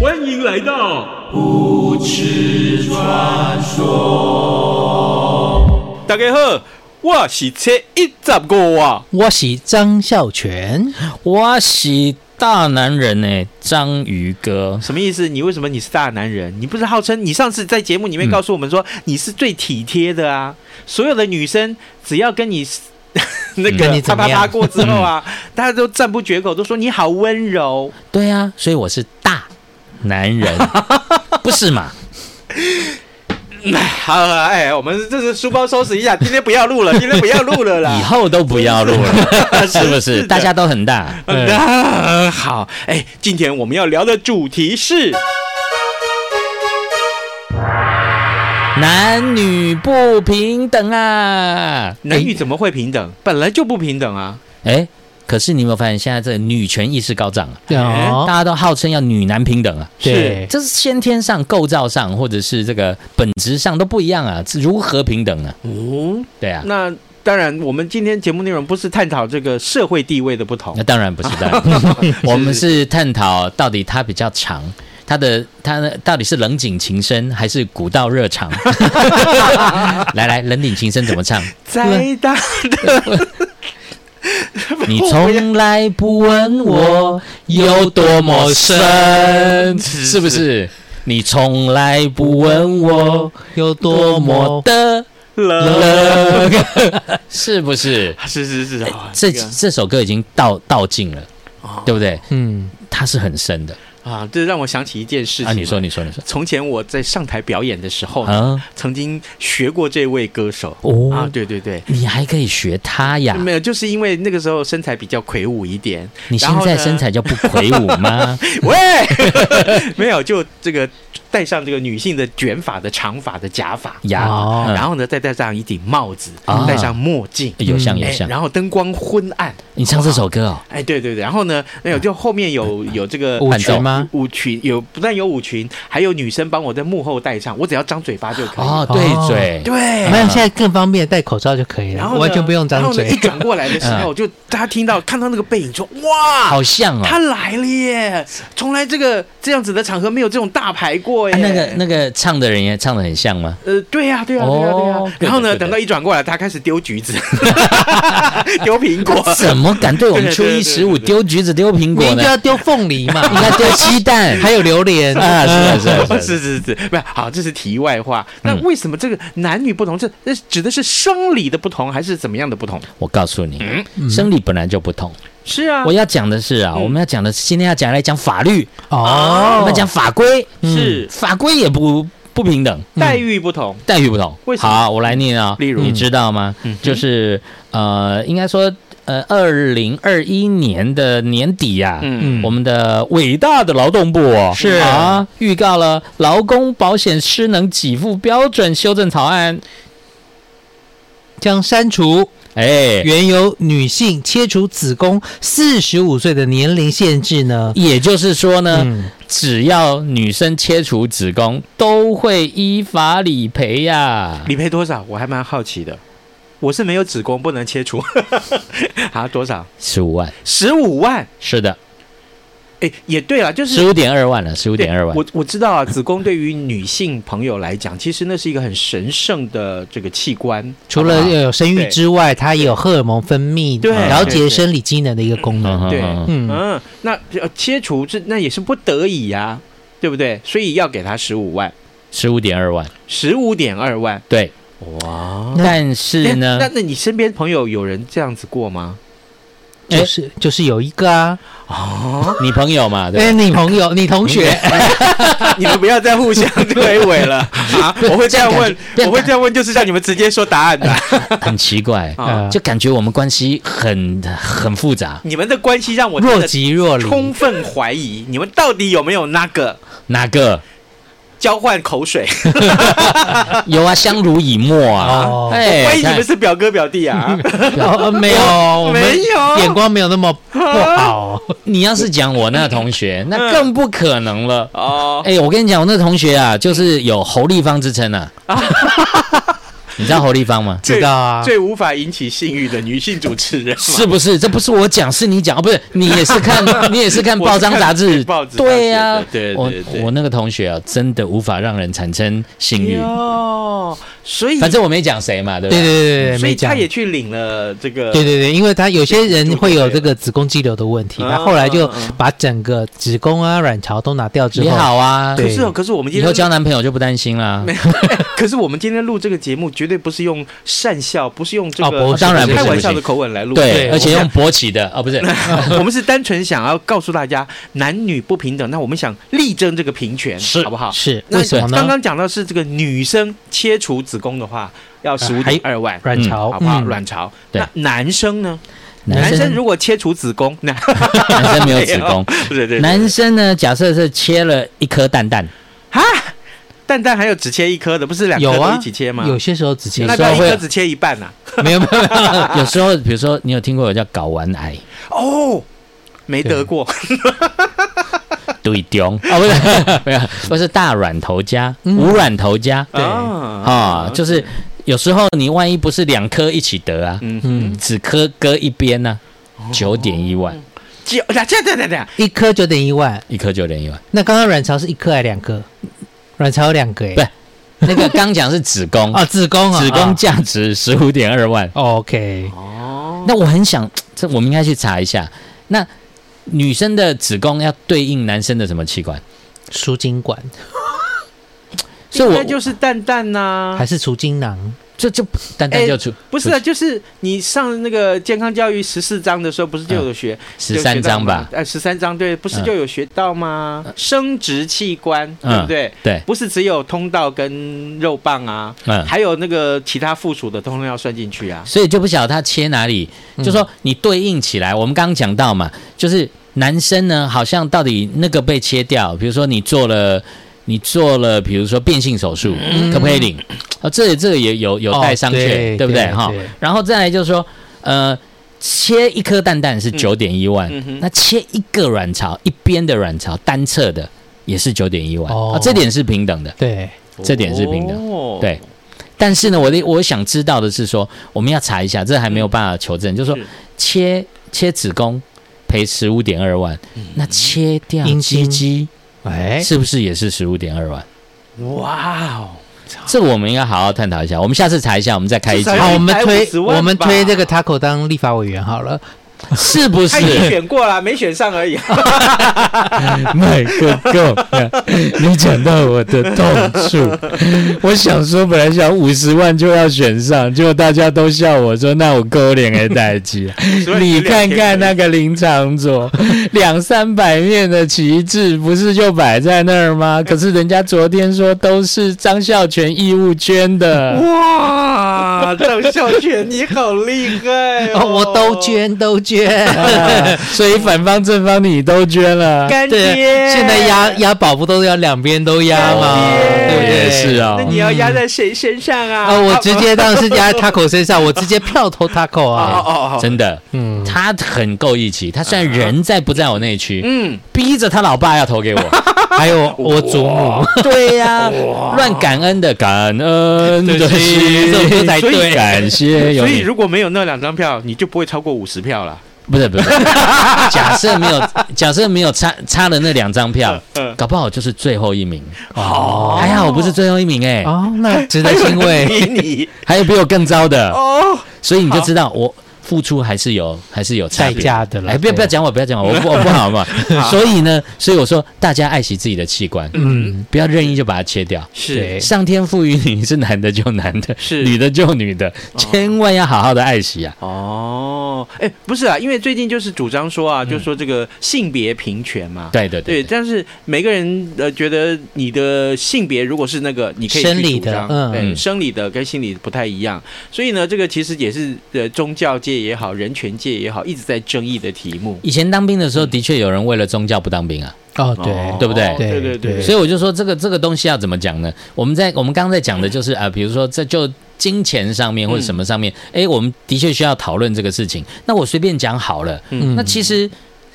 欢迎来到舞池传说。大家好，我是车一十五啊，我是张孝全，我喜大男人呢、章鱼哥。什么意思？你为什么你是大男人？你不是号称你上次在节目里面告诉我们说、你是最体贴的啊？所有的女生只要跟你 那个跟你啪怎么啪样啪过之后啊，大家都赞不绝口，都说你好温柔。对啊，所以我是大男 人，不是嘛？ 好了，哎，我们这是书包收拾一下，今天不要录 了，今天不要录了啦。以后都不要录了，啊 是不是是？的大家都很大。那好，哎，今天我们要聊的主题是。男女不平等啊！男女怎么会平等？本来就不平等啊！哎、哎可是你有没有发现，现在这个女权意识高涨啊？哦大家都号称要女男平等啊，对，这是先天上、构造上，或者是这个本质上都不一样啊，是如何平等呢、哦，对啊，那当然，我们今天节目内容不是探讨这个社会地位的不同那，当然不是的， 我们哦是探讨到底它比较长。它的它呢到底是冷井情深还是古道热肠？ 来来，冷井情深怎么 唱？再大你从来不问我有多么深， 是不是？你从来不问我有多多么么的了，冷， 是不是？是是是，啊这哦个这首歌已经道道尽了，对不对？嗯，它是很深的啊，这让我想起一件事情。啊！你说，，你说，你说从前我在上台表演的时候，啊！曾经学过这位歌手啊，哦，对对对。你还可以学它呀？没有，就是因为那个时候身材比较魁梧一点。你现然后在呢身材就不魁梧吗？ 喂，没有，就这个戴上这个女性的卷发的长发的假发，呀哦，嗯然后呢，再戴上一顶帽子，啊戴上墨镜，嗯有像有哎像，然后灯光昏暗。你唱这首歌哦，哎，对对对，然后呢，没有，就后面有有这个嗯舞伴奏曲吗？舞群，有不但有舞群，还有女生帮我在幕后戴上，我只要张嘴巴就可以。哦，对嘴，对。没有，现在更方便，戴口罩就可以然了，后呢完全不用张然后呢嘴 嗯一。转过来的时候，就大家听到看到那个背影，说哇，好像哦。他来了耶！从来这个这样子的场合没有这种大牌过耶。啊那个那个唱的人也唱的很像吗？呃，对呀、对呀、对呀、对呀、哦对的然后呢，对的等到一转过来，他开始丢橘 子，丢苹果， 怎么敢对我们初对对一对十五对对丢橘子、丢苹明果明呢就？要丢凤梨嘛，应该丢鸡蛋还有榴莲啊！是啊，是啊，是啊 是是是，不是好，这是题外话。那嗯为什么这个男女不同？这这指的是生理的不同，还是怎么样的不同？我告诉你，嗯 生理本来就不同。是啊，我要讲的是啊，我们要讲的是今天要讲来讲法律，我哦们要。讲法规，嗯是法规也不不平等，待遇不同。待遇不同。为什么好，我来念啊，例如你知道吗？嗯就是呃，应该说呃，二零二一年的年底呀、嗯我们的伟大的劳动部哦，是啊，预告了劳工保险失能给付标准修正草案。将删除哎，原有女性切除子宫四十五岁的年龄限制呢？也就是说呢，嗯，只要女生切除子宫，都会依法理赔呀、理赔多少？我还蛮好奇的。我是没有子宫，不能切除。 啊，多少？十五万，十五万？是的，哎，也对了，就是十五点二万了，十五对点二万。我我知道啊，子宫对于女性朋友来讲，其实那是一个很神圣的这个器官。除好了不好有生育对之外，它也有荷尔蒙分泌，对调对节对生理机能的一个功嗯能。哼对嗯哼嗯，嗯，那呃切除这那也是不得已呀、对不对？所以要给他十五万，十五点二万，十五点二万。对。哇！但是呢 那，那你身边朋友有人这样子过吗？就是就是有一个啊，你朋友 嘛，对哎，吧？你朋友、你同学，你们不要再互相推诿 了啊！我会这样问，这样感觉呃我会这样问，就是让你们直接说 答案的。很奇 怪，啊就感觉我们关系很很复杂，你们的关系让我真若的即若离。充分怀疑，你们到底有没有那个哪个？交换口水？有啊，相濡以沫啊哦！ 哎怀疑你们看是表哥表弟啊？哦，没有，我们没有啊眼光没有那么不好。你要是讲我那同 学，那更不可能了。 哦，哎，我跟你讲，我那同学啊，就是有侯立芳之称啊。 你知道侯立芳吗？知道啊，最无法引起性欲的女性主持人嘛是不是？这不是我讲，是你讲哦，不是你也是 看，你也是看报章杂我是志看，报纸杂志对呀、的对我对对我那个同学啊，真的无法让人产生性欲。哟，所 以反正我没讲谁嘛，对不对对对？对对，所以没讲他。也去领了这个，对对对，因为他有些人会有这个子宫肌瘤的问题，嗯他后来就嗯嗯把整个子宫啊、卵巢都拿掉之也后，好啊，对可是哦，可是我们今以后天交男朋友就不担心啦。没 可是我们今天录这个节目，绝对不是用善笑，不是用这个、哦不是当然不是开玩笑不的是口吻来录，对，对而且用勃起的哦，不是，我们是 单纯想要告诉大家男女不平等，那我们想力争这个平权，是好不好？是那为什么刚呢？刚讲到是这个女生切除子宫的话，要十五还点二万。卵巢，好不好？嗯卵巢。对那男生呢？男男生生如果切除子宫，那男生没有子宫， 对对对，男生呢，假设是切了一颗蛋 蛋，啊，蛋蛋还有只切一颗的，不是两颗有都啊一起切吗？有些时候只切有那时不候要一会颗只切一半啊呐、没有没有，有时候比如说你有听过有叫睾丸 癌，哦，没得过，对丢哦，不是 没有，不是大软头加嗯无软头加。对啊、啊就是有时候你万一不是两颗一起得啊，嗯嗯，只颗割一边呢、九点一万，九，啊这这这这这，一颗九点一万。一颗九点一万，那刚刚卵巢是一颗还两颗？卵巢有两个不是哎，那个刚讲是子 宫，啊，子宫啊，子宫啊价值十五点二万。 OK，哦，啊那我很想，这我们应该去查一下。那女生的子宫要对应男生的什么器官？输精管所以应我该就是蛋蛋呐、还是除精囊？这就单单哎就出不是啊，就是你上那个健康教育十四章的时候，不是就嗯有学十三章吧？？嗯哎，十三章对，不是就有学到吗？生殖器官对不对？对，不是只有通道跟肉棒啊，嗯，还有那个其他附属的，通通要算进去啊。所以就不晓得他切哪里，嗯就说你对应起来。我们刚刚讲到嘛，就是男生呢，好像到底那个被切掉，比如说你做了。你做了，比如说变性手术，嗯可不可以领？啊，这里这个也有有待商榷，哦对对不对？对哈对，然后再来就是说，呃，切一颗蛋蛋是九点一万，嗯哼那切一个卵巢一边的卵巢单侧的也是九点一万，哦啊，这点是平等的。对，这点是平等哦对，但是呢，我的我想知道的是说，我们要查一下，这还没有办法求证，就是说是切切子宫赔十五点二万，那切掉阴鸡茎鸡哎，是不是也是十五点二万？哇哦，这个我们应该好好探讨一下，我们下次查一下，我们再开一集至，少好，有我们推150万吧我们推这个 Taco 当立法委员好了。是不他已经是？选过了，没选上 而已。啊麦哥哥，你讲到我的痛处，我想说本来想五十万就要选上，结果大家都笑我说那我勾脸给代机。所以你看看呢，那个林长佐，两三百面的旗帜不是就摆在那儿吗？可是人家昨天说都是张孝全义务捐的，哇，邓孝全你好厉害 哦，我都。捐都捐，啊所以反方正方你都捐了。啊干爹对，，现在押押宝不都要两边都押吗？干爹对不对？也是啊那你要压在谁身上啊？哦啊，我直接当然是压 Taco 身上，我直接票投 Taco 哦啊。哦哦，真的，嗯，他很够义气。他虽然人在不在我那一区，嗯，逼着他老爸要投给我。还有我祖母，对呀、乱感恩的感恩的对心，这首歌才所以对感谢有所以你。如果没有那两张票，你就不会超过五十票了。不是不是，假设没有假设没有差差了那两张票，嗯，搞不好就是最后一名。哦还好我不是最后一名哎、哦，那值得欣因 慰。为你还有比我更糟的，哦，所以你就知道我付出还是有还是有差代别。价的啦。哎，不要不要讲我，不要讲我，我不我不好嘛。所以呢，所以我说大家爱惜自己的器官，嗯，不要任意就把它切掉。对是上天赋予你是男的就男的，是女的就女的，千万要好好的爱惜啊。哦，哎，不是啊，因为最近就是主张说啊，就说这个性别平权嘛。嗯对对对，对，但是每个人呃觉得你的性别如果是那个，你可以去生理主的张嗯对，嗯生理的跟心理不太一样，所以呢，这个其实也是呃宗教界也好，人权界也好，一直在争议的题目。以前当兵的时候，的确有人为了宗教不当兵啊。哦，哦对，对不对对对对对所以我就说这个这个东西要怎么讲呢？我们在我们刚刚在讲的就是啊、呃比如说这就金钱上面或者什么上面，哎、我们的确需要讨论这个事情。那我随便讲好了，嗯那其实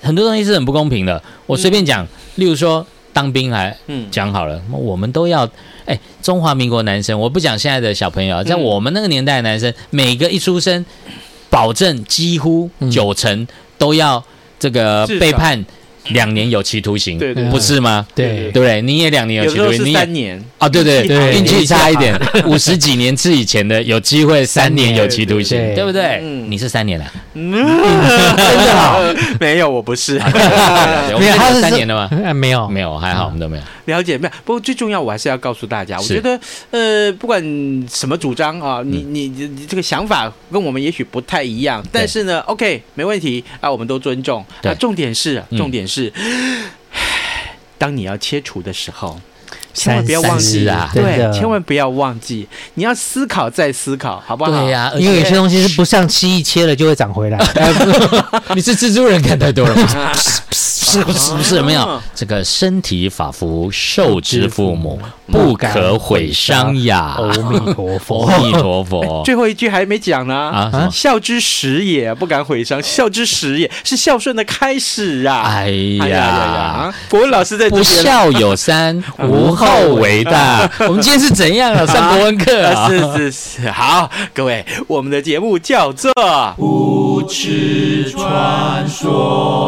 很多东西是很不公平的。我随便讲，例如说当兵来嗯，讲好了，我们都要哎，中华民国男生，我不讲现在的小朋友啊，在嗯我们那个年代的男生，每个一出生，保证几乎嗯九成都要这个至少被判两年有期徒刑，对对不是吗？对对不对？你也两年有有期时徒候刑，是你三也年，啊，对对对运气差一点，五十几年之以前的有机会三年有期徒刑对对，对不对？嗯你是三年了，嗯，真的啊好，没有，我不是 呃我们没有他这是有三年了吗？哎没有没有，还好我们都没有。了解，没有。不过最重要，我还是要告诉大家，我是觉得呃，不管什么主张啊，你你你你这个想法跟我们也许不太一样，但是呢，OK，没问题啊，我们都尊重。对啊，重点是，嗯重点是， 唉当你要切除的时候。千三万不要忘记思啊真对的，，千万不要忘记，你要思考再思考，好不好？对呀，因为有而且些东西是不上漆一切了就会长回来。你是蜘蛛人看太多了，是不是？不是没有这个身体发肤受之父母，不可毁伤呀。阿弥陀佛，阿弥陀佛 最后一句还没讲呢啊！什么孝之始也，不敢毁伤。孝之始也是孝顺的开始啊！哎哎呀呀，啊呀！国文老师在这不边了。孝有三，啊无后为大。我们今天是怎样啊？上国文课啊，啊？是是是，好，各位，我们的节目叫做《无耻传说》。